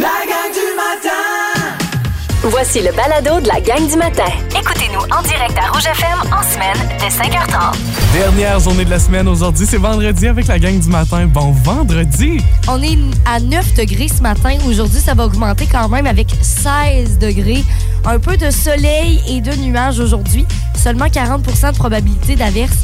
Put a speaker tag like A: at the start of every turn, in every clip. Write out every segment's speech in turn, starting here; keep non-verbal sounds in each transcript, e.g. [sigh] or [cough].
A: La gang du matin!
B: Voici le balado de la gang du matin.
C: Écoutez-nous en direct à Rouge FM en semaine de 5h30.
D: Dernière journée de la semaine aujourd'hui, c'est vendredi avec la gang du matin. Bon vendredi!
E: On est à 9 degrés ce matin. Aujourd'hui, ça va augmenter quand même avec 16 degrés. Un peu de soleil et de nuages aujourd'hui. Seulement 40 de probabilité d'averse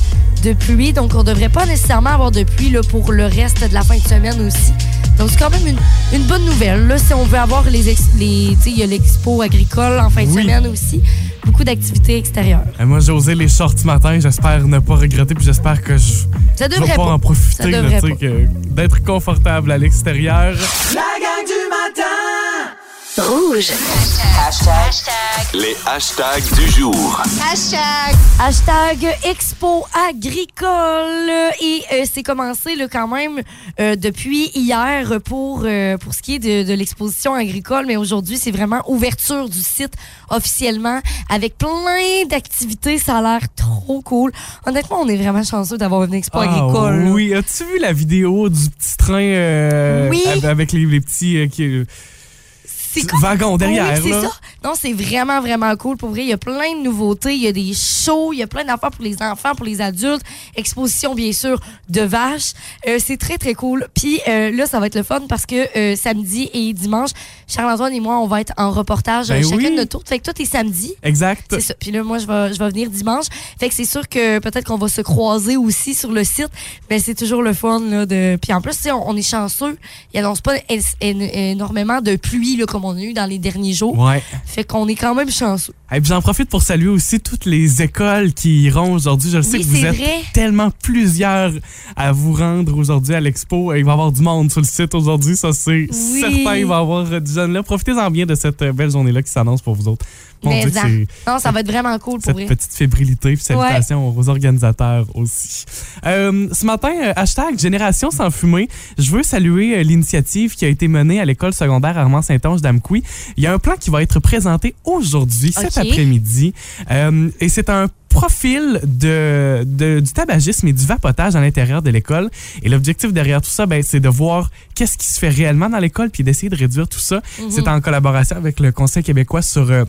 E: de pluie. Donc, on ne devrait pas nécessairement avoir de pluie là, pour le reste de la fin de semaine aussi. Donc, c'est quand même une, une bonne nouvelle. Là, si on veut avoir les, ex- les tu sais, il y a l'expo agricole en fin de
D: Oui.
E: semaine aussi. Beaucoup d'activités extérieures.
D: Et Euh, moi, j'ai osé les shorts ce matin. J'espère ne pas regretter puis j'espère que je,
E: Ça
D: je vais
E: devrait
D: pouvoir
E: pas.
D: en
E: Ça
D: profiter là,
E: devrait
D: tu sais,
E: pas.
D: que- d'être confortable à l'extérieur.
A: La gang du matin!
B: Rouge.
F: Les hashtags du jour.
E: Hashtag Expo Agricole. Et euh, c'est commencé là, quand même euh, depuis hier pour, euh, pour ce qui est de, de l'exposition agricole. Mais aujourd'hui, c'est vraiment ouverture du site officiellement avec plein d'activités. Ça a l'air trop cool. Honnêtement, on est vraiment chanceux d'avoir une expo
D: Ah,
E: agricole. là.
D: oui, as-tu vu la vidéo du petit train euh,
E: Oui.
D: av- avec les, les petits euh, qui-
E: C'est Ah
D: wagons derrière?
E: Oui, c'est
D: là.
E: ça. Non, c'est vraiment, vraiment cool. Pour vrai, il y a plein de nouveautés. Il y a des shows, il y a plein d'affaires pour les enfants, pour les adultes. Exposition, bien sûr, de vaches. Euh, c'est très, très cool. Puis euh, là, ça va être le fun parce que euh, samedi et dimanche, Charles-Antoine et moi, on va être en reportage
D: Ben
E: euh, chacun
D: oui.
E: de notre tour. Fait que toi, t'es samedi.
D: Exact.
E: C'est ça. Puis là, moi, je vais, je vais venir dimanche. Fait que c'est sûr que peut-être qu'on va se croiser aussi sur le site. Mais c'est toujours le fun, là. De... Puis en plus, tu sais, on, on est chanceux. Ils annoncent pas é- é- énormément de pluie, là, comme on a eu dans les derniers jours.
D: Ouais.
E: Fait qu'on est quand même chanceux.
D: Et puis j'en profite pour saluer aussi toutes les écoles qui iront aujourd'hui. Je le sais
E: Oui,
D: que vous
E: c'est
D: êtes
E: vrai.
D: tellement plusieurs à vous rendre aujourd'hui à l'expo. Il va y avoir du monde sur le site aujourd'hui, ça c'est
E: Oui.
D: certain. Il va y avoir euh, du jeune là. Profitez-en bien de cette euh, belle journée-là qui s'annonce pour vous autres. Mon
E: Mais
D: Dieu, que
E: en-
D: c'est-
E: Non, ça va être vraiment cool pour
D: cette
E: vrai.
D: petite fébrilité. Puis salutations aux organisateurs aussi. Euh, ce matin, euh, hashtag Génération sans fumée. Je veux saluer euh, l'initiative qui a été menée à l'école secondaire Armand Saint-Onge d'Amqui. Il y a un plan qui va être présenté aujourd'hui, cet
E: Ok.
D: après-midi. Euh, et c'est un profil de, de- du tabagisme et du vapotage à l'intérieur de l'école. Et l'objectif derrière tout ça, ben, c'est de voir qu'est-ce qui se fait réellement dans l'école puis d'essayer de réduire tout ça.
E: Mhm. Ben,
D: C'est en collaboration avec le Conseil québécois sur euh,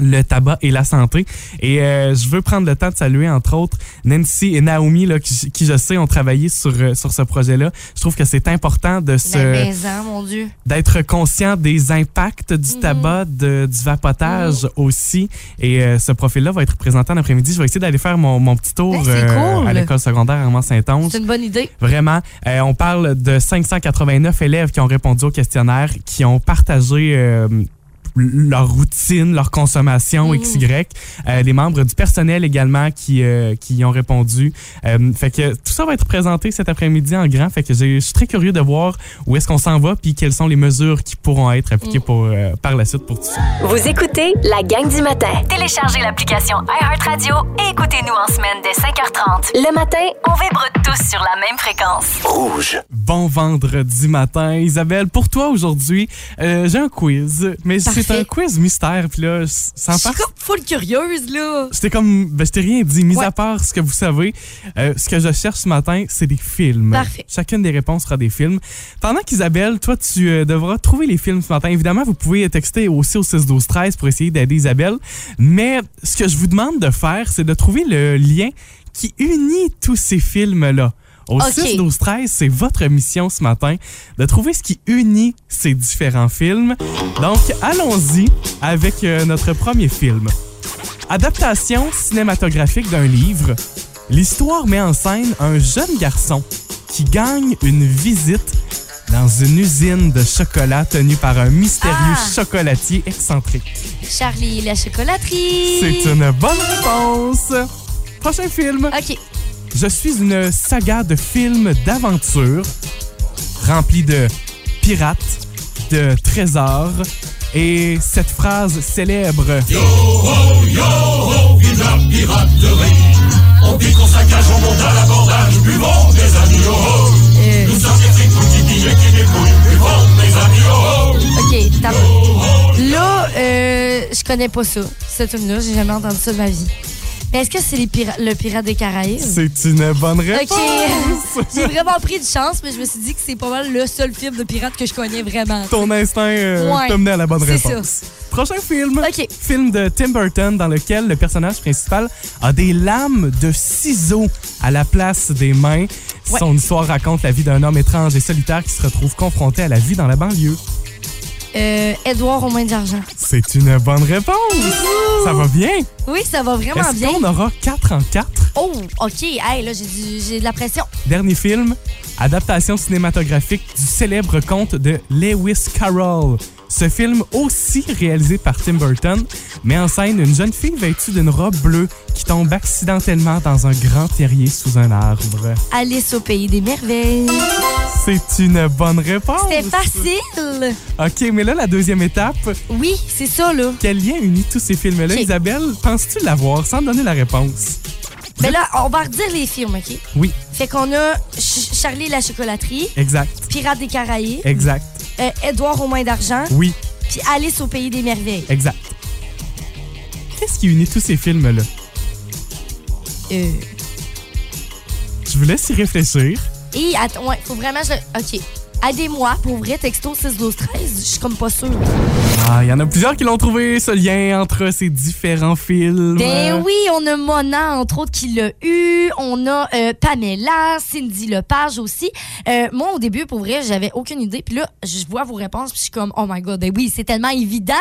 D: le tabac et la santé. Et euh, je veux prendre le temps de saluer, entre autres, Nancy et Naomi, là, qui, qui, je sais, ont travaillé sur, euh, sur ce projet-là. Je trouve que c'est important de se
E: Ben, maison, mon Dieu.
D: d'être conscient des impacts du
E: Mhm.
D: tabac, de- du vapotage aussi. Et euh, ce profil-là va être présenté en après-midi. Je vais essayer d'aller faire mon, mon petit tour euh,
E: Ben, c'est cool.
D: à l'école secondaire Armand Saint-Onge.
E: C'est une bonne idée.
D: Vraiment, euh, on parle de 589 élèves qui ont répondu au questionnaire, qui ont partagé euh, leur routine, leur
E: Mm.
D: consommation XY. Euh, les membres du personnel également qui, euh, qui y ont répondu. Euh, fait que tout ça va être présenté cet après-midi en grand. Fait que j'ai- je suis très curieux de voir où est-ce qu'on s'en va puis quelles sont les mesures qui pourront être
E: Mm.
D: appliquées pour, euh, par la suite pour tout ça.
B: Vous écoutez la gang du matin.
C: Téléchargez l'application iHeartRadio et écoutez-nous en semaine dès 5h30.
B: Le matin,
C: On vibre tous sur la même fréquence.
F: Rouge.
D: Bon vendredi matin. Isabelle, pour toi aujourd'hui, euh, j'ai un quiz. Mais c'est
E: Parfait.
D: un quiz mystère. Puis là, sans
E: Je suis
D: faire
E: comme full curieuse, là.
D: C'était comme. Ben, je t'ai rien dit, mis
E: Ouais.
D: à part ce que vous savez. euh, ce que je cherche ce matin, c'est des films.
E: Parfait.
D: Chacune des réponses sera des films. Pendant qu'Isabelle, toi, tu euh, devras trouver les films ce matin. Évidemment, vous pouvez texter aussi au 6-12-13 pour essayer d'aider Isabelle. Mais ce que je vous demande de faire, c'est de trouver le lien qui unit tous ces films-là. Au
E: Ok.
D: 6-12-13, c'est votre mission ce matin de trouver ce qui unit ces différents films. Donc, allons-y avec euh, notre premier film. Adaptation cinématographique d'un livre, l'histoire met en scène un jeune garçon qui gagne une visite dans une usine de chocolat tenue par un mystérieux
E: Ah!
D: chocolatier excentrique.
E: Charlie, la chocolaterie.
D: C'est une bonne réponse. Prochain film.
E: OK.
D: Je suis une saga de films d'aventure remplie de pirates, de trésors et cette phrase célèbre.
E: Euh, OK, t'as- Là, euh, je connais pas ça, cette tune-là. J'ai jamais entendu ça de ma vie. Mais est-ce que c'est les pira- le pirate des Caraïbes?
D: C'est une bonne réponse.
E: Ok, [laughs] j'ai vraiment pris de chance, mais je me suis dit que c'est pas mal le seul film de pirate que je connais vraiment.
D: Ton instinct euh,
E: Ouais,
D: t'a mené à la bonne
E: c'est
D: réponse. Prochain film.
E: Ok.
D: Film de Tim Burton dans lequel le personnage principal a des lames de ciseaux à la place des mains.
E: Ouais.
D: Son histoire raconte la vie d'un homme étrange et solitaire qui se retrouve confronté à la vie dans la banlieue.
E: Euh, Edouard aux mains d'argent.
D: C'est une bonne réponse. Ça va bien.
E: Oui, ça va vraiment
D: Est-ce
E: bien.
D: qu'on aura 4 en 4?
E: Oh, ok, hey, là, j'ai du- j'ai de la pression.
D: Dernier film, adaptation cinématographique du célèbre conte de Lewis Carroll. Ce film, aussi réalisé par Tim Burton, met en scène une jeune fille vêtue d'une robe bleue qui tombe accidentellement dans un grand terrier sous un arbre.
E: Alice au pays des merveilles.
D: C'est une bonne réponse.
E: C'était facile.
D: OK, mais là, la deuxième étape,
E: Oui, c'est ça, là.
D: quel lien unit tous ces films-là,
E: Ok.
D: Isabelle? Penses-tu l'avoir sans donner la réponse?
E: Mais Ben là, on va redire les films, ok?
D: Oui,
E: Fait qu'on a Ch- Charlie et la chocolaterie,
D: exact,
E: Pirates des Caraïbes,
D: exact,
E: euh, Edouard aux mains d'argent,
D: oui,
E: puis Alice au pays des merveilles.
D: exact. Qu'est-ce qui unit tous ces films-là?
E: Euh,
D: Je vous laisse y réfléchir.
E: Et attends, ouais, faut vraiment. Je... OK. Aidez-moi, pour vrai, texto 6 12 13 je suis comme pas sûre.
D: Ah, il y en a plusieurs qui l'ont trouvé, ce lien entre ces différents films.
E: Ben oui, on a Mona, entre autres, qui l'a eu. On a euh, Pamela, Cindy Lepage aussi. Euh, moi, au début, pour vrai, j'avais aucune idée. Puis là, je vois vos réponses, puis je suis comme, oh my god, ben oui, c'est tellement évident.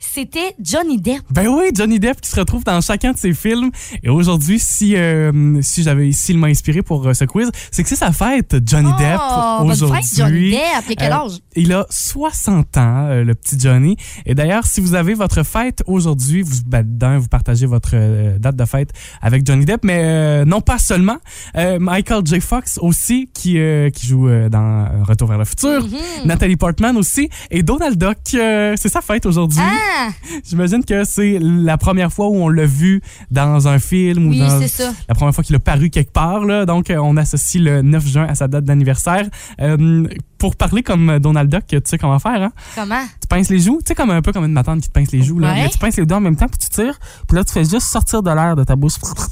E: C'était Johnny Depp.
D: Ben oui, Johnny Depp qui se retrouve dans chacun de ses films. Et aujourd'hui, si euh, si j'avais s'il m'a inspiré pour euh, ce quiz, c'est que c'est sa fête, Johnny
E: Oh,
D: Depp
E: bonne fête,
D: aujourd'hui.
E: Johnny Depp. Il a quel
D: Euh,
E: âge?
D: il a 60 ans, euh, le petit Johnny. Et d'ailleurs, si vous avez votre fête aujourd'hui, vous ben, dedans, vous partagez votre euh, date de fête avec Johnny Depp, mais euh, non pas seulement. Euh, Michael J. Fox aussi, qui, euh, qui joue euh, dans Retour vers le futur. Nathalie Portman aussi. Et Donald Duck, euh, c'est sa fête aujourd'hui.
E: Ah!
D: J'imagine que c'est la première fois où on l'a vu dans un film
E: Oui,
D: ou dans
E: c'est ça.
D: la première fois qu'il a paru quelque part. Là. Donc, euh, on associe le 9 juin à sa date d'anniversaire. Euh, pour parler comme Donald Duck, tu sais comment faire. Hein?
E: Comment?
D: Tu pinces les joues, tu sais, comme un peu comme une matante qui te pince les joues. Là.
E: Ouais.
D: Mais tu pinces les doigts en même temps, puis tu tires. Puis là, tu fais juste sortir de l'air de ta bouche. [laughs]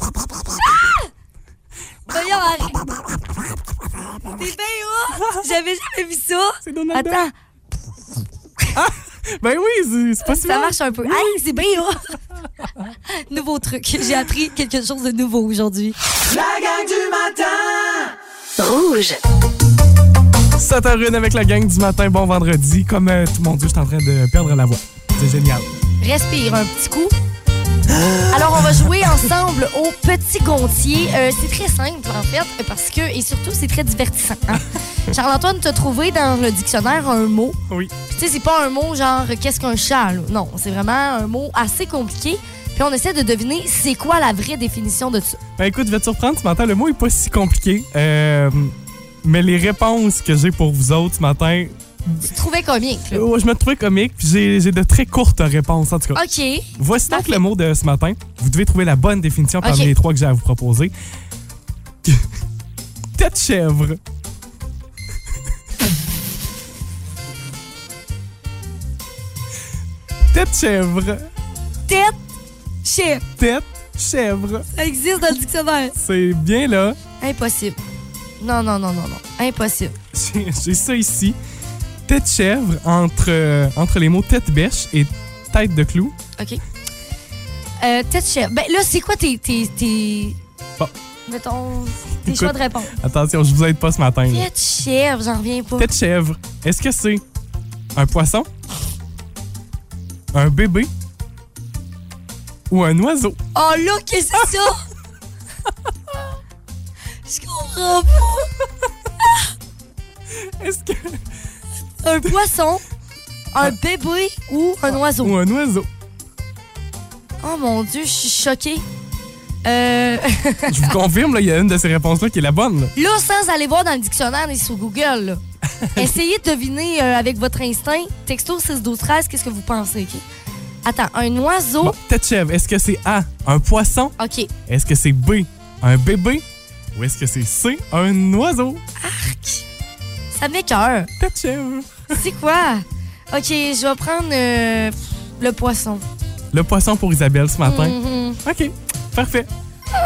E: Voyons, arrête. T'es bien hot! J'avais jamais vu ça.
D: C'est Donald Duck.
E: Attends,
D: Ben oui, c'est- c'est possible.
E: ça marche un peu. Hey, c'est bien hot! [laughs] Nouveau truc. J'ai appris quelque chose de nouveau aujourd'hui.
A: La gang du matin!
B: Rouge.
D: 7h01 avec la gang du matin. Bon vendredi. Comme, euh, mon Dieu, je suis en train de perdre la voix. C'est génial.
E: Respire un petit coup. Alors, on va jouer ensemble au Petit Gontier. Euh, c'est très simple, en fait, parce que, et surtout, c'est très divertissant. hein. Charles-Antoine, t'as trouvé dans le dictionnaire un mot.
D: Oui.
E: Puis, Tu sais, c'est pas un mot genre euh, qu'est-ce qu'un chat, là. Non, c'est vraiment un mot assez compliqué. Puis, on essaie de deviner c'est quoi la vraie définition de ça.
D: Ben écoute, je vais te surprendre ce matin. Le mot est pas si compliqué. Euh, mais les réponses que j'ai pour vous autres ce matin,
E: Tu trouvais comique, là.
D: oh, je me trouvais comique. Puis j'ai j'ai de très courtes réponses en tout cas.
E: OK.
D: Voici donc le mot de ce matin. Vous devez trouver la bonne définition parmi
E: Ok.
D: les trois que j'ai à vous proposer. [laughs] Tête chèvre. [laughs] Tête chèvre.
E: Tête, chef.
D: Tête chèvre.
E: Ça existe dans le dictionnaire.
D: C'est bien là.
E: Impossible. Non, non, non, non, non. Impossible.
D: J'ai j'ai ça ici. Tête chèvre entre, euh, entre les mots tête bêche et tête de clou.
E: OK. Euh, tête chef. Ben là, c'est quoi tes. tes, tes...
D: Bon.
E: Mettons. Tes
D: Écoute.
E: choix de réponse.
D: Attention, je vous aide pas ce matin. là.
E: Tête chef, j'en reviens pas.
D: Tête chèvre, est-ce que c'est un poisson, un bébé ou un oiseau?
E: Oh là, qu'est-ce que c'est ça? [laughs] Je comprends pas.
D: Est-ce que.
E: Un poisson, un bébé ou un oiseau.
D: Ou un oiseau?
E: Oh mon Dieu, je suis choquée. Euh, [laughs]
D: Je vous confirme, là, il y a une de ces réponses-là qui est la bonne. là.
E: là, sans aller voir dans le dictionnaire et sur
D: [laughs]
E: Google, là. essayez de deviner euh, avec votre instinct. Texto 6 12 13 qu'est-ce que vous pensez? ok? Attends, un oiseau.
D: Bon, tête chèvre, est-ce que c'est A, un poisson?
E: OK.
D: Est-ce que c'est B, un bébé? Ou est-ce que c'est C, un oiseau?
E: Ça m'écœure.
D: Tête chèvre.
E: C'est quoi? OK, je vais prendre euh, le poisson.
D: Le poisson pour Isabelle ce matin.
E: Mhm.
D: OK. Parfait.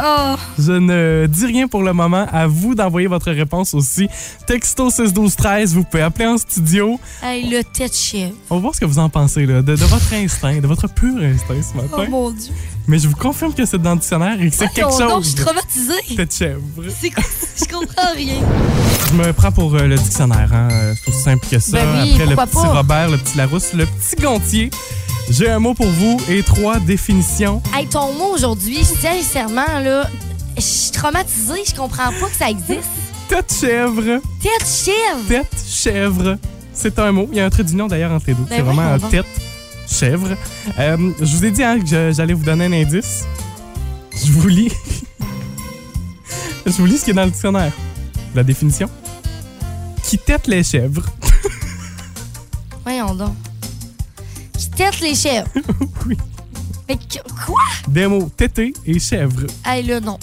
E: Oh,
D: Je ne dis rien pour le moment. À vous d'envoyer votre réponse aussi. Texto 61213, vous pouvez appeler en studio.
E: hey, le tête chef.
D: On va voir ce que vous en pensez là, de, de votre instinct, de votre pur instinct ce
E: Oh
D: matin.
E: mon dieu.
D: Mais je vous confirme que c'est dans le dictionnaire et que c'est quelque
E: Voyons donc, je
D: chose.
E: suis traumatisée.
D: Tête chèvre.
E: C'est quoi? Je comprends rien.
D: Je me prends pour euh, le dictionnaire, hein. euh, c'est aussi simple que ça.
E: Ben oui,
D: Après le
E: pourquoi
D: petit
E: pas?
D: Robert, le petit Larousse, le petit Gontier. J'ai un mot pour vous et trois définitions.
E: Hey, ton mot aujourd'hui, sincèrement, là, je suis traumatisée. Je comprends pas que ça existe.
D: [laughs] Tête chèvre,
E: Tête chèvre.
D: tête chèvre. C'est un mot. Il y a un trait d'union d'ailleurs entre les deux.
E: Ben
D: c'est vraiment
E: voyons
D: un
E: donc.
D: tête chèvre. Euh, je vous ai dit hein, que je- j'allais vous donner un indice. Je vous lis. [laughs] je vous lis ce qui est dans le dictionnaire. La définition. Qui tête les chèvres.
E: Voyons donc. Qui tête les chèvres.
D: [laughs] Oui.
E: Mais que- quoi?
D: Des mots tété et chèvre.
E: Hey, là, non.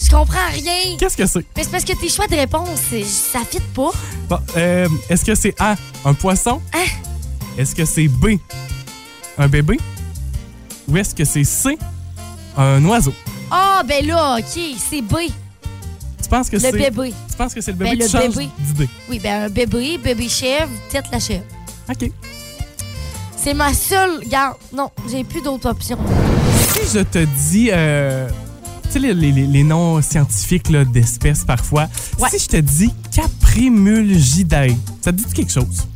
E: Je comprends rien.
D: Qu'est-ce que c'est?
E: Mais c'est parce que tes choix de réponse, c'est- ça fit pas.
D: Bon, euh, est-ce que c'est A, un poisson?
E: Hein?
D: Est-ce que c'est B, un bébé? Ou est-ce que c'est C, un oiseau?
E: Ah, ben là, OK, c'est B,
D: Tu penses que
E: le
D: c'est
E: bébé.
D: Tu penses que c'est le
E: Ben,
D: bébé
E: le
D: qui change
E: bébé.
D: d'idée?
E: Oui, ben un bébé, bébé chèvre, tête la chèvre.
D: OK.
E: C'est ma seule... Garde, non, j'ai plus d'autres options.
D: Si je te dis, euh, tu sais les, les- les- les noms scientifiques là, d'espèces parfois.
E: Ouais.
D: Si je te dis Caprimulgidae, ça te dit quelque chose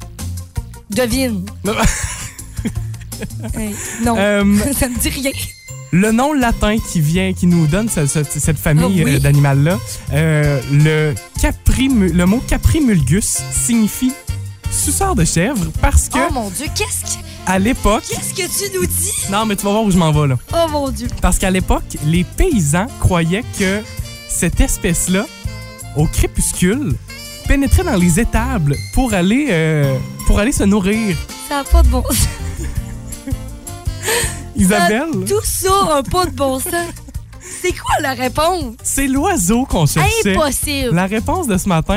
E: Devine.
D: Non.
E: Hey, non, [laughs]
D: Euh,
E: ça me dit rien.
D: Le nom latin qui vient, qui nous donne ce- ce- cette famille
E: Ah oui.
D: euh, d'animal-là, euh, le, caprimu- le mot caprimulgus signifie suceur de chèvre parce que
E: Oh mon Dieu, qu'est-ce que,
D: à l'époque.
E: qu'est-ce que tu nous dis?
D: Non, mais tu vas voir où je m'en vais là.
E: Oh mon Dieu.
D: Parce qu'à l'époque, les paysans croyaient que cette espèce-là, au crépuscule, pénétrait dans les étables pour aller, euh, pour aller se nourrir.
E: Ça n'a pas de bon sens.
D: Isabelle,
E: Euh, Tout ça n'a pas de bon sens. C'est quoi la réponse?
D: c'est l'oiseau qu'on cherchait.
E: Impossible.
D: La réponse de ce matin,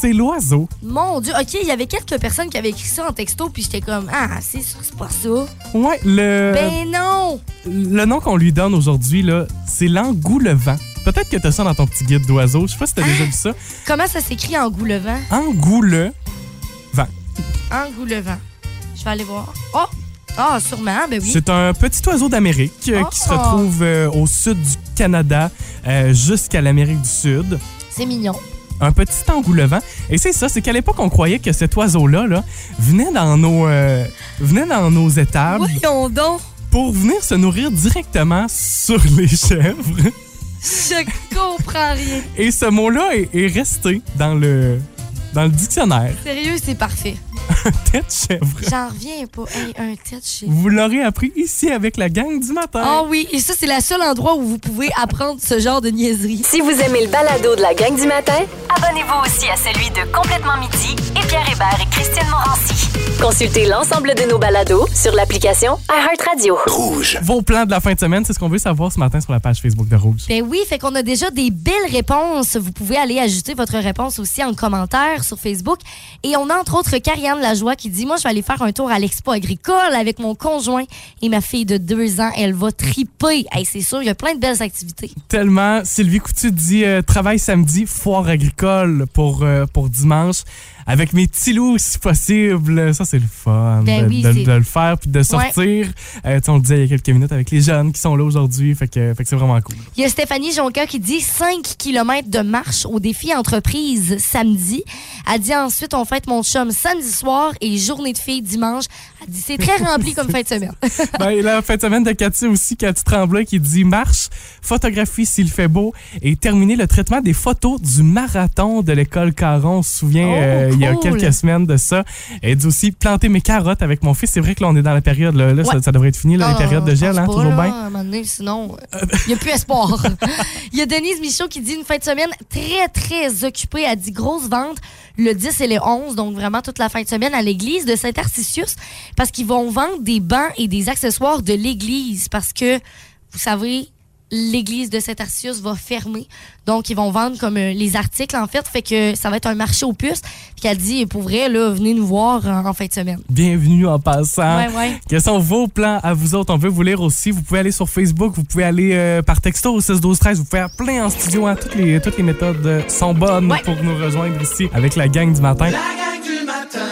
D: c'est l'oiseau.
E: Mon Dieu, OK, il y avait quelques personnes qui avaient écrit ça en texto, puis j'étais comme, ah, c'est sûr que c'est pas ça.
D: Ouais, le,
E: Ben non!
D: le nom qu'on lui donne aujourd'hui, là, c'est l'engoulevent. Peut-être que t'as ça dans ton petit guide d'oiseau. Je sais pas si t'as
E: Ah!
D: déjà vu ça.
E: Comment ça s'écrit en goulevant?
D: Engoule.
E: En goulevant. Je vais aller voir. Oh! Ah, sûrement, ben oui.
D: C'est un petit oiseau d'Amérique euh, qui se
E: Oh.
D: retrouve euh, au sud du Canada euh, jusqu'à l'Amérique du Sud.
E: C'est mignon.
D: Un petit engoulevent. Et c'est ça, c'est qu'à l'époque, on croyait que cet oiseau-là là, venait, dans nos, euh, venait dans nos
E: Ah,
D: étables
E: Voyons donc!
D: pour venir se nourrir directement sur [laughs] les chèvres.
E: Je comprends rien.
D: Et ce mot-là est, est resté dans le, dans le dictionnaire. [laughs]
E: Sérieux, c'est parfait.
D: Tête chèvre.
E: J'en reviens pas. Hey, un tête chez.
D: Vous l'aurez appris ici avec la gang du matin.
E: Ah oui, et ça, c'est le seul endroit où vous pouvez apprendre ce genre de niaiserie.
B: Si vous aimez le balado de la gang du matin,
C: Abonnez-vous aussi à celui de Complètement Midi et Pierre Hébert et Christine Morancy.
B: consultez l'ensemble de nos balados sur l'application iHeartRadio.
F: Rouge.
D: Vos plans de la fin de semaine, c'est ce qu'on veut savoir ce matin sur la page Facebook de Rouge.
E: Ben oui, fait qu'on a déjà des belles réponses. Vous pouvez aller ajouter votre réponse aussi en commentaire sur Facebook. Et on a entre autres Karianne Lajoie qui dit Moi, je vais aller faire un tour à l'expo agricole avec mon conjoint et ma fille de deux ans. Elle va triper. Hey, c'est sûr, il y a plein de belles activités.
D: Tellement, Sylvie Coutu dit euh, travail samedi, foire agricole pour, euh, pour dimanche. Avec mes petits loups, si possible. Ça, c'est le fun.
E: Ben
D: de,
E: oui,
D: de-
E: c'est-
D: de le faire puis de sortir. Euh, tu sais, on le disait il y a quelques minutes avec les jeunes qui sont là aujourd'hui. Fait que, fait que c'est vraiment cool.
E: Il y a Stéphanie Jonca qui dit 5 km de marche au défi entreprise samedi. Elle dit ensuite, on fête mon chum samedi soir et journée de filles dimanche. Elle dit, c'est très rempli comme fin de semaine.
D: Ben, et la fin de semaine de Cathy aussi, Cathy Tremblay qui dit marche, photographie s'il fait beau et terminer le traitement des photos du marathon de l'école Caron. On se souvient,
E: Oh,
D: euh, il y a
E: cool.
D: quelques semaines de ça. Elle dit aussi planter mes carottes avec mon fils. C'est vrai que là, on est dans la période, là, Là,
E: Ouais.
D: ça, ça devrait être fini, là, la
E: Ah,
D: période de
E: je
D: gel,
E: pense
D: hein,
E: pas,
D: toujours
E: là,
D: bien.
E: à un moment donné, sinon, euh, il n'y a plus
D: [laughs]
E: espoir. Il y a Denise Michaud qui dit une fin de semaine très, très occupée. Elle dit grosse vente le 10 et le 11, donc vraiment toute la fin de semaine à l'église de Saint-Artisius, parce qu'ils vont vendre des bancs et des accessoires de l'église, parce que, vous savez, l'église de Saint-Arcius va fermer. Donc, ils vont vendre comme euh, les articles, en fait. Fait que ça va être un marché aux puces. Puis elle dit, pour vrai, là, venez nous voir en, en fin de semaine.
D: Bienvenue en passant.
E: Ouais, ouais.
D: Quels sont vos plans à vous autres? On veut vous lire aussi. Vous pouvez aller sur Facebook, vous pouvez aller euh, par texto au 6 12 13 vous pouvez faire plein en studio. hein. Toutes, les, toutes les méthodes euh, sont bonnes
E: Ouais.
D: pour nous rejoindre ici avec la gang du
A: La
D: matin.
A: gang du matin.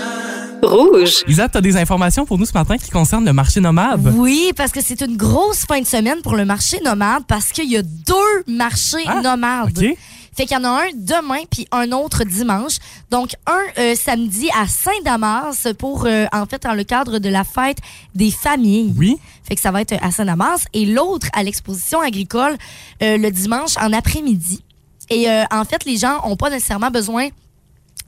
B: Rouge.
D: Isa, tu as des informations pour nous ce matin qui concernent le marché nomade?
E: Oui, parce que c'est une grosse fin de semaine pour le marché nomade parce qu'il y a deux marchés
D: Ah,
E: nomades.
D: OK.
E: Fait qu'il y en a un demain puis un autre dimanche. Donc un euh, samedi à Saint-Damas pour euh, en fait dans le cadre de la fête des familles.
D: Oui.
E: Fait que ça va être à Saint-Damas et l'autre à l'exposition agricole euh, le dimanche en après-midi. Et euh, en fait, les gens n'ont pas nécessairement besoin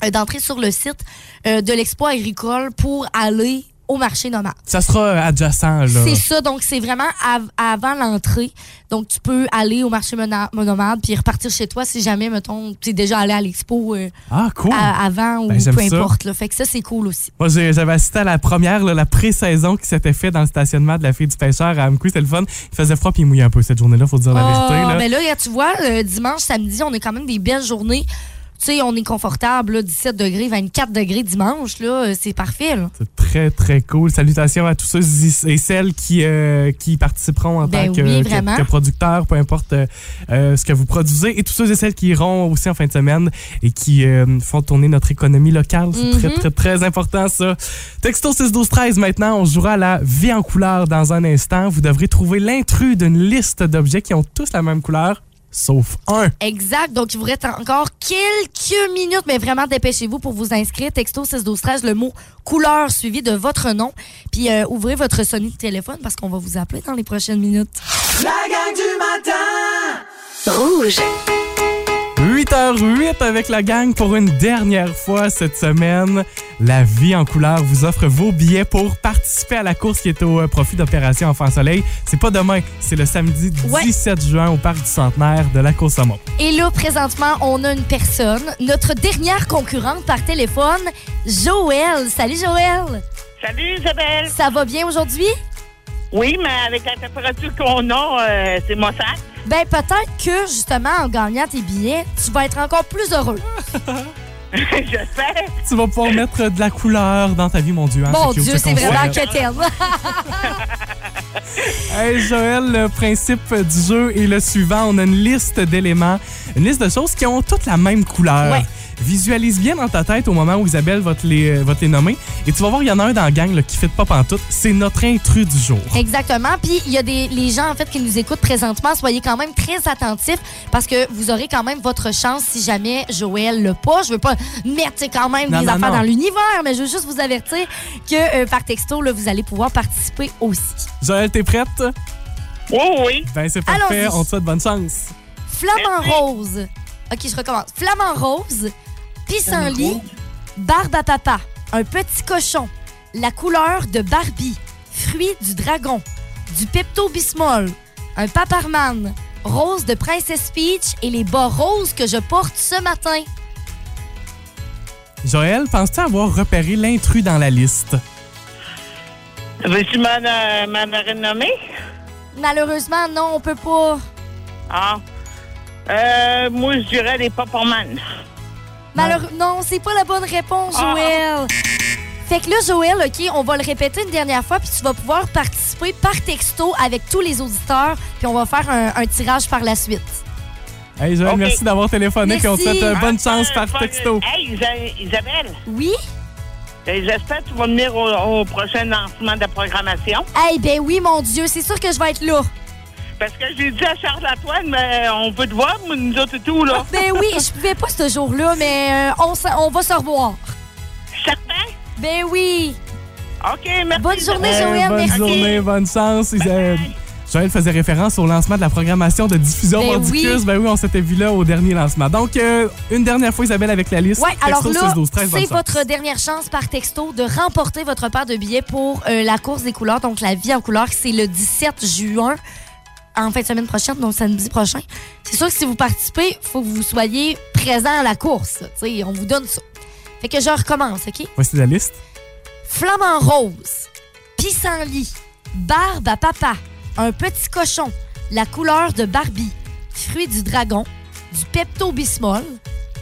E: euh, d'entrer sur le site euh, de l'expo agricole pour aller au marché nomade.
D: Ça sera euh, adjacent, là.
E: C'est ça, donc c'est vraiment av- avant l'entrée. Donc tu peux aller au marché mona- monomade puis repartir chez toi si jamais, mettons, tu es déjà allé à l'expo euh,
D: Ah, cool.
E: à- avant ou
D: Ben, j'aime
E: peu
D: ça.
E: importe. là. Fait que ça, c'est cool aussi.
D: Moi, j'ai- j'avais assisté à la première, là, la pré-saison qui s'était faite dans le stationnement de la fille du pêcheur à Amqui. C'était le fun. Il faisait froid puis il mouillait un peu cette journée-là, faut dire la
E: Ah,
D: vérité. là.
E: ben là, regarde, tu vois, euh, dimanche, samedi, on a quand même des belles journées. Tu sais, on est confortable, là, 17 degrés, 24 degrés dimanche, là, euh, c'est parfait. là.
D: C'est très, très cool. Salutations à tous ceux et celles qui, euh, qui participeront en
E: Ben
D: tant que,
E: oui,
D: que-
E: vraiment.
D: que producteurs, peu importe euh, euh, ce que vous produisez, et tous ceux et celles qui iront aussi en fin de semaine et qui euh, font tourner notre économie locale. C'est
E: Mhm.
D: très, très, très important, ça. Texto 61213 maintenant, on jouera à la vie en couleur dans un instant. Vous devrez trouver l'intrus d'une liste d'objets qui ont tous la même couleur, sauf un.
E: Exact. Donc, il vous reste encore quelques minutes, mais vraiment, dépêchez-vous pour vous inscrire. Texto 61213, le mot couleur suivi de votre nom. Puis, euh, ouvrez votre sonnerie de téléphone parce qu'on va vous appeler dans les prochaines minutes.
A: La gang du matin.
B: Rouge.
D: 8h08 avec la gang pour une dernière fois cette semaine. La vie en couleur vous offre vos billets pour participer à la course qui est au euh, profit d'Opération Enfant Soleil. C'est pas demain, c'est le samedi
E: Ouais.
D: 17 juin au Parc du Centenaire de la course à Mont.
E: Et là, présentement, on a une personne, notre dernière concurrente par téléphone, Joël. Salut, Joël.
G: Salut Isabelle.
E: Ça va bien aujourd'hui?
G: Oui, mais avec la température qu'on a, euh, c'est mon sac. [laughs]
E: Ben peut-être que justement en gagnant tes billets, tu vas être encore plus heureux.
G: J'espère.
D: Tu vas pouvoir mettre de la couleur dans ta vie, mon Dieu. hein,
E: Mon
D: ce qui-
E: Dieu,
D: ce qu'on
E: c'est vraiment
D: souhaite.
E: que t'aimes.
D: Hey Joël, le principe du jeu est le suivant. On a une liste d'éléments, une liste de choses qui ont toutes la même couleur.
E: Ouais.
D: Visualise bien dans ta tête au moment où Isabelle va te les, euh, va te les nommer. Et tu vas voir, il y en a un dans la gang là, qui fait pas pantoute. C'est notre intrus du jour.
E: Exactement. Puis il y a des les gens en fait qui nous écoutent présentement, soyez quand même très attentifs parce que vous aurez quand même votre chance si jamais Joël le pas. Je veux pas mettre tu sais, quand même
D: Non,
E: des
D: non,
E: affaires
D: non.
E: dans l'univers, mais je veux juste vous avertir que euh, par texto là, vous allez pouvoir participer aussi.
D: Joël, t'es prête?
G: Oui, oui.
D: Ben c'est parfait.
E: Allons-y.
D: On te souhaite bonne chance.
E: Flamant rose. OK, je recommence. Flamant rose, pissenlit, barbe à papa, un petit cochon, la couleur de Barbie, fruit du dragon, du Pepto-Bismol, un paparman, rose de Princess Peach et les bas roses que je porte ce matin.
D: Joël, penses-tu avoir repéré l'intrus dans la liste?
G: Veux-tu m'en euh, m'en renommer?
E: Malheureusement, non, on peut pas.
G: Ah. Euh, moi, je dirais les Paperman.
E: Malheureux- non, c'est pas la bonne réponse,
G: Ah.
E: Joël. Fait que là, Joël, OK, on va le répéter une dernière fois, puis tu vas pouvoir participer par texto avec tous les auditeurs, puis on va faire un, un tirage par la suite.
D: Hey Joël,
G: Ok.
D: merci d'avoir téléphoné.
E: Merci.
D: Puis on te souhaite euh, bonne
G: Enfin,
D: chance par
G: bonne-
D: texto.
G: Ah, Hey, Isa- Isabelle,
E: Oui?
G: euh, j'espère que tu vas venir au, au prochain lancement de programmation.
E: Eh ben oui, mon Dieu, c'est sûr que je vais être là.
G: Parce que j'ai dit à Charles-Antoine, mais on peut te voir, mais nous autres et tout,
E: [laughs]
G: là.
E: Ben oui, je pouvais pas ce jour-là, mais euh, on, se- on va se revoir.
G: Certain?
E: Ben oui.
G: OK, merci.
E: Bonne journée,
G: Isabelle.
E: Joël,
D: Euh, bonne
E: merci.
D: journée, bonne chance. Ils, euh,
G: bye.
D: Joël faisait référence au lancement de la programmation de diffusion
E: Ben
D: Mordicus.
E: oui.
D: Ben oui, on s'était vu là au dernier lancement. Donc, euh, une dernière fois, Isabelle, avec la liste.
E: Ouais, alors
D: Texto
E: là,
D: 6, 12, 13, bonne
E: c'est
D: chance.
E: votre dernière chance par texto de remporter votre paire de billets pour euh, la course des couleurs, donc la vie en couleur. C'est le 17 juin, en fin de semaine prochaine, donc samedi prochain. C'est sûr que si vous participez, faut que vous soyez présent à la course. Tu sais, on vous donne ça. Fait que je recommence, OK?
D: Voici la liste.
E: Flamant rose, pissenlit, barbe à papa, un petit cochon, la couleur de Barbie, fruit du dragon, du Pepto-Bismol,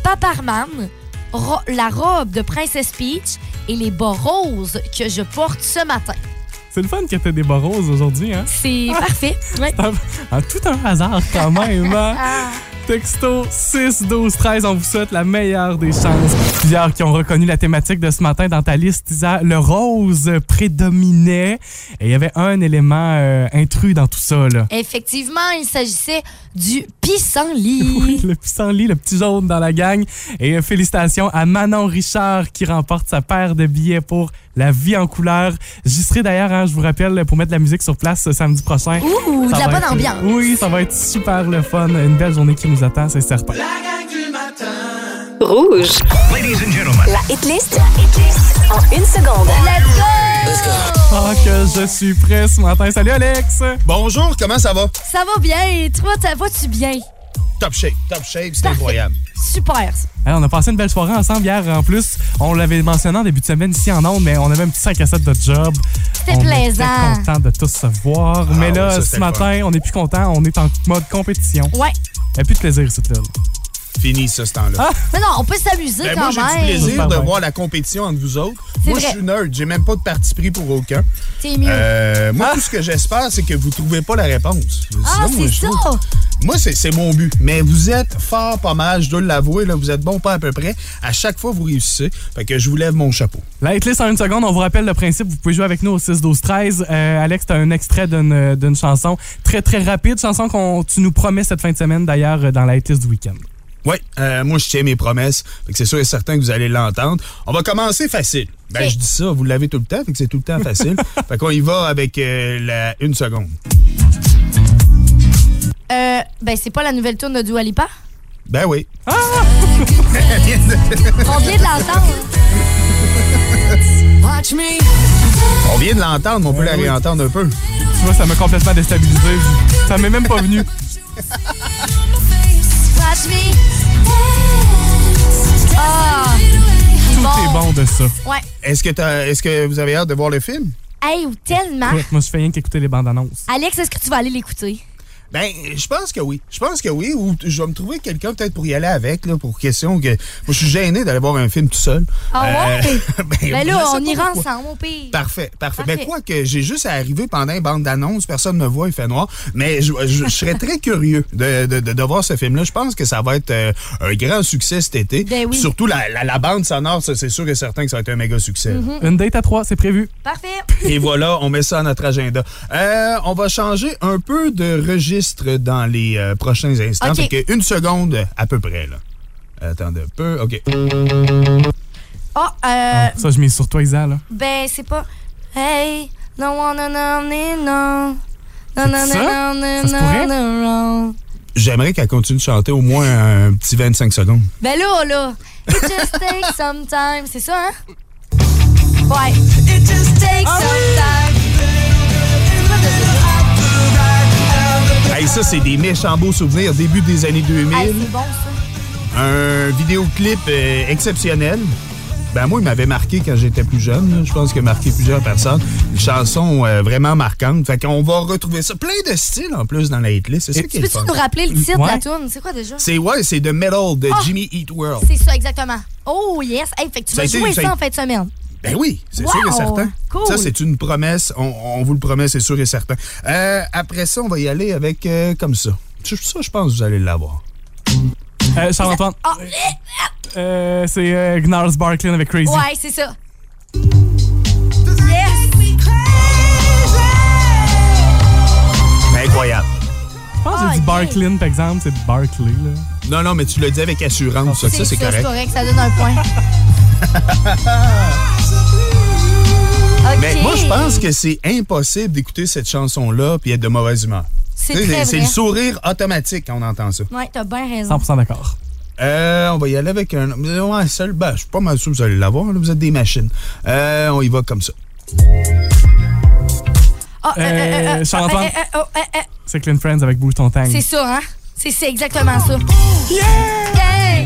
E: Paparman, ro- la robe de Princesse Peach et les bas roses que je porte ce matin. Ah.
D: C'est le fun que t'aies des bas roses aujourd'hui, hein?
E: C'est parfait. Ouais.
D: En, en tout un hasard quand même,
E: [laughs]
D: hein?
E: Ah.
D: Texto 6, 12, 13, on vous souhaite la meilleure des chances. Plusieurs qui ont reconnu la thématique de ce matin dans ta liste, Isa, le rose prédominait. Et il y avait un élément euh, intrus dans tout ça, là.
E: Effectivement, il s'agissait du pissenlit.
D: Oui, [laughs] le pissenlit, le petit jaune dans la gang. Et euh, félicitations à Manon Richard qui remporte sa paire de billets pour La vie en couleur. J'y serai d'ailleurs, hein, je vous rappelle, pour mettre la musique sur place ce samedi prochain.
E: Ouh, de
D: Ça
E: la
D: va
E: bonne
D: être-
E: ambiance.
D: Oui, ça va être super le fun. Une belle journée qui nous attend, c'est certain.
A: La gang du matin.
B: Rouge. La hit list en une seconde.
D: Ah, que je suis prêt ce matin. Salut Alex!
H: Bonjour, comment ça va?
E: Ça va bien. Et toi, ça va-tu bien?
H: Top shape, top shape, c'est incroyable.
E: Super. ça.
D: Alors, on a passé une belle soirée ensemble hier. En plus, on l'avait mentionné en début de semaine ici en Onde, mais on avait un petit 5 à 7 de job.
E: C'était
D: On
E: plaisant.
D: était content de tous se voir. mais
H: Ah ouais,
D: là,
H: ça,
D: ce
H: c'était le
D: matin, on n'est plus content. On est en mode compétition.
E: Ouais.
D: Il n'y a plus de plaisir, cette là.
H: Fini ça, ce temps-là.
E: Mais non, on peut s'amuser
H: Ben, moi,
E: Ah, quand
H: j'ai du
E: même.
H: plaisir
D: Ben
H: de
D: ouais.
H: voir la compétition entre vous autres.
E: C'est
H: Moi, je
E: vrai. Hmm.
H: suis nerd. J'ai même pas de parti pris pour aucun.
E: T'es mieux.
H: Euh, moi, tout ce que j'espère, c'est que vous trouvez pas la réponse.
E: ah,
H: Sinon, moi,
E: c'est
H: je
E: ça.
H: trouve- Moi, c'est c'est mon but. Mais vous êtes fort pas mal, je dois l'avouer. là. Vous êtes bon pas à peu près. À chaque fois, vous réussissez. Fait que je vous lève mon chapeau.
D: La hitlist en une seconde, on vous rappelle le principe, vous pouvez jouer avec nous au 6-12-13. Euh, Alex, tu as un extrait d'une euh, d'une chanson très très rapide, chanson qu'on tu nous promets cette fin de semaine d'ailleurs euh, dans la hitlist du week-end.
H: Oui, euh, moi, je tiens mes promesses. Fait que c'est sûr et certain que vous allez l'entendre. On va commencer facile. Ben,
E: Ok.
H: je dis ça, vous l'avez tout le temps, fait que c'est tout le temps [laughs] facile. fait qu'on y va avec euh, la une seconde.
E: Euh, ben, c'est pas la nouvelle tourne de Dua Lipa?
H: Ben oui.
E: On vient de l'entendre.
H: On vient de l'entendre, mais on peut la réentendre un peu.
D: Tu vois, ça m'a complètement déstabilisé. Je- Ça m'est même pas venu.
E: Watch me. Ah,
D: Tout est bon de ça.
E: Ouais.
H: Est-ce que, t'as- est-ce que vous avez hâte de voir le film?
E: Hey, ou tellement.
D: Ouais, moi, je fais rien qu'écouter les bandes annonces.
E: Alex, est-ce que tu vas aller l'écouter?
H: Ben, je pense que oui. Je pense que oui. Ou t- je vais me trouver quelqu'un peut-être pour y aller avec, là, pour question que. Moi, je suis gêné d'aller voir un film tout seul.
E: Ah ouais?
H: [laughs] ben,
E: Ben
H: je
E: là,
H: sais
E: on
H: pas
E: ira
H: pourquoi.
E: ensemble, au pire.
H: Parfait, parfait.
E: Parfait.
H: Ben, quoi que j'ai juste à arriver pendant une bande d'annonce, personne ne me voit, il fait noir. Mais je, je- je serais
E: [laughs]
H: très curieux de, de- de- de voir ce film-là. Je pense que ça va être euh, un grand succès cet été.
E: Ben oui.
H: Surtout la, la- la bande sonore, ça, c'est sûr et certain que ça va être un méga succès. là.
E: Mhm.
D: Une date à trois, c'est prévu.
E: Parfait.
H: Et voilà, on met ça à notre agenda. Euh, on va changer un peu de registre dans les euh, prochains instants.
E: OK.
H: Fait que une seconde à peu près. Là. Attendez un peu. OK.
E: Ah, euh,
D: Ça, je mets sur toi, Isa,
E: [laughs]
D: là.
E: ben, c'est pas. Hey, no one, no, no, no, no. No, no,
D: C'est
E: no,
D: ça?
E: no,
D: Ça se pourrait?
E: no, no, no.
H: J'aimerais qu'elle continue de chanter au moins un petit 25 secondes.
E: Ben là, là. It just takes some time. C'est ça, hein? Ouais.
A: It just takes
E: Take some time.
H: Hey, ça, c'est des méchants beaux souvenirs. Début des années 2000.
E: Hey, c'est bon, ça.
H: Un vidéoclip euh, exceptionnel. Ben moi, il m'avait marqué quand j'étais plus jeune. là. Je pense qu'il a marqué plusieurs personnes. Une chanson euh, vraiment marquante. Fait qu'on va retrouver ça. Plein de styles, en plus, dans la hitlist. C'est ça qui est
E: Tu
H: le
E: peux-tu
H: fun.
E: nous rappeler le titre de la
D: Ouais.
E: tune? C'est quoi déjà?
H: C'est ouais, c'est The Metal de
E: Ah!
H: Jimmy Eat World.
E: C'est ça, exactement. Oh, yes. Hey, fait que tu vas
H: Ça a été-
E: jouer
H: ça a
E: ça en
H: été-
E: fin de semaine.
H: Ben oui, c'est
E: Wow!
H: sûr et certain.
E: Cool.
H: Ça, c'est une promesse. On, on vous le promet, c'est sûr et certain. Euh, après ça, on va y aller avec euh, comme ça. Je- Ça, je pense que vous allez l'avoir.
D: Euh, Charles-Antoine,
E: Ah,
D: euh, c'est euh, Gnars Barklin avec Crazy.
E: ouais, c'est ça.
H: Incroyable.
D: Je pense que j'ai dit
E: Ah, ok.
D: Barklin, par exemple. C'est Barkley, là.
H: Non, non, mais tu le dis avec assurance. ça, que ça, c'est
E: ça,
H: correct.
E: ça donne un point. OK.
H: [laughs] Mais moi, je pense que c'est impossible d'écouter cette chanson-là puis être de mauvaise humeur.
E: C'est
H: Tu sais,
E: très
H: c'est
E: vrai.
H: le sourire automatique quand on entend ça.
E: Ouais, t'as bien raison.
D: 100% d'accord.
H: Euh, on va y aller avec un. Ouais, seul. Ben, je suis pas mal sûr que vous allez l'avoir. là. Vous êtes des machines. Euh, on y va comme ça.
E: Ah, euh, euh, euh, euh,
D: Charles-Antoine.
E: euh, euh, euh, euh, euh,
D: C'est Clint Friends avec Bouge ton tang.
E: C'est ça, hein? C'est c'est exactement ça. Hey!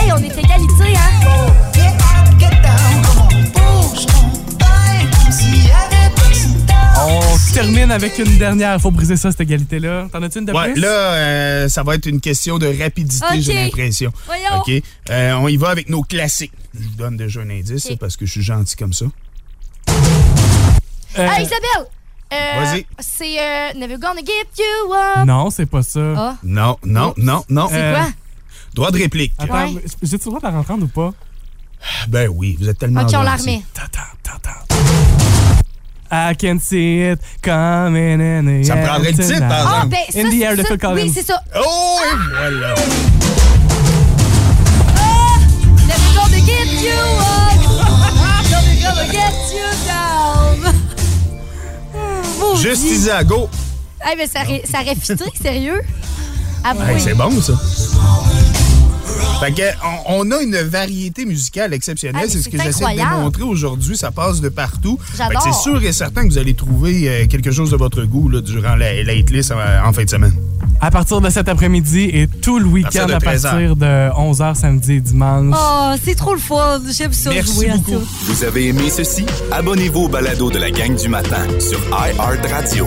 E: Hey, on est égalité, hein?
D: On termine avec une dernière. Faut briser ça, cette égalité-là. T'en as-tu une de
H: Ouais,
D: plus?
H: là, euh, ça va être une question de rapidité,
E: Ok.
H: j'ai l'impression.
E: Voyons.
H: OK. Euh, on y va avec nos classiques. Je vous donne déjà un indice,
E: Ok.
H: là, parce que je suis gentil comme ça.
D: Euh,
E: Ah, Isabelle! Euh,
H: Vas-y.
E: C'est euh, Never Gonna Give You Up.
D: non, c'est pas ça.
E: Ah,
H: Non, non, non, non.
E: c'est
D: Euh,
E: quoi? Ah.
H: Droit de réplique.
D: Attends,
E: Ouais.
D: j'ai-tu le droit de la rentrendre ou pas?
H: Ben oui, vous êtes tellement
E: Ok, on la
H: gentil.
E: remet.
D: T'entends, t'entends. I can see it coming in the
H: Ça
D: air
H: prendrait hein. le titre,
D: tonight.
H: par exemple.
E: Ah, ben, ça,
D: In the air de
E: c'est
D: Phil
E: ça.
D: Collins.
E: Oui, c'est ça.
H: Oh, et voilà.
E: Ah! Never Gonna Give
D: [laughs]
E: You Up. Never Gonna Get You Down. Oh,
H: Juste
E: Dieu.
H: Isago.
E: Hey, mais ça, aurait- ça aurait fité, sérieux? Ah Avouez.
H: Hey, c'est bon, ça. Fait que, on, on a une variété musicale exceptionnelle.
E: Ah, mais
H: c'est ce
E: c'est
H: que j'essaie de
E: incroyable.
H: démontrer aujourd'hui. Ça passe de partout. Fait que
E: J'adore.
H: C'est sûr et certain que vous allez trouver euh, quelque chose de votre goût là, durant la, la hitlist en, en fin de semaine.
D: À partir de cet après-midi et tout le
H: partir
D: week-end
H: de
D: à
H: 13 heures.
D: partir de 11h samedi et dimanche.
E: Oh, c'est trop le fun. J'aime ça
H: Merci
E: jouer à
H: beaucoup.
E: ça.
F: Vous avez aimé ceci? Abonnez-vous au balado de la gang du matin sur iHeartRadio.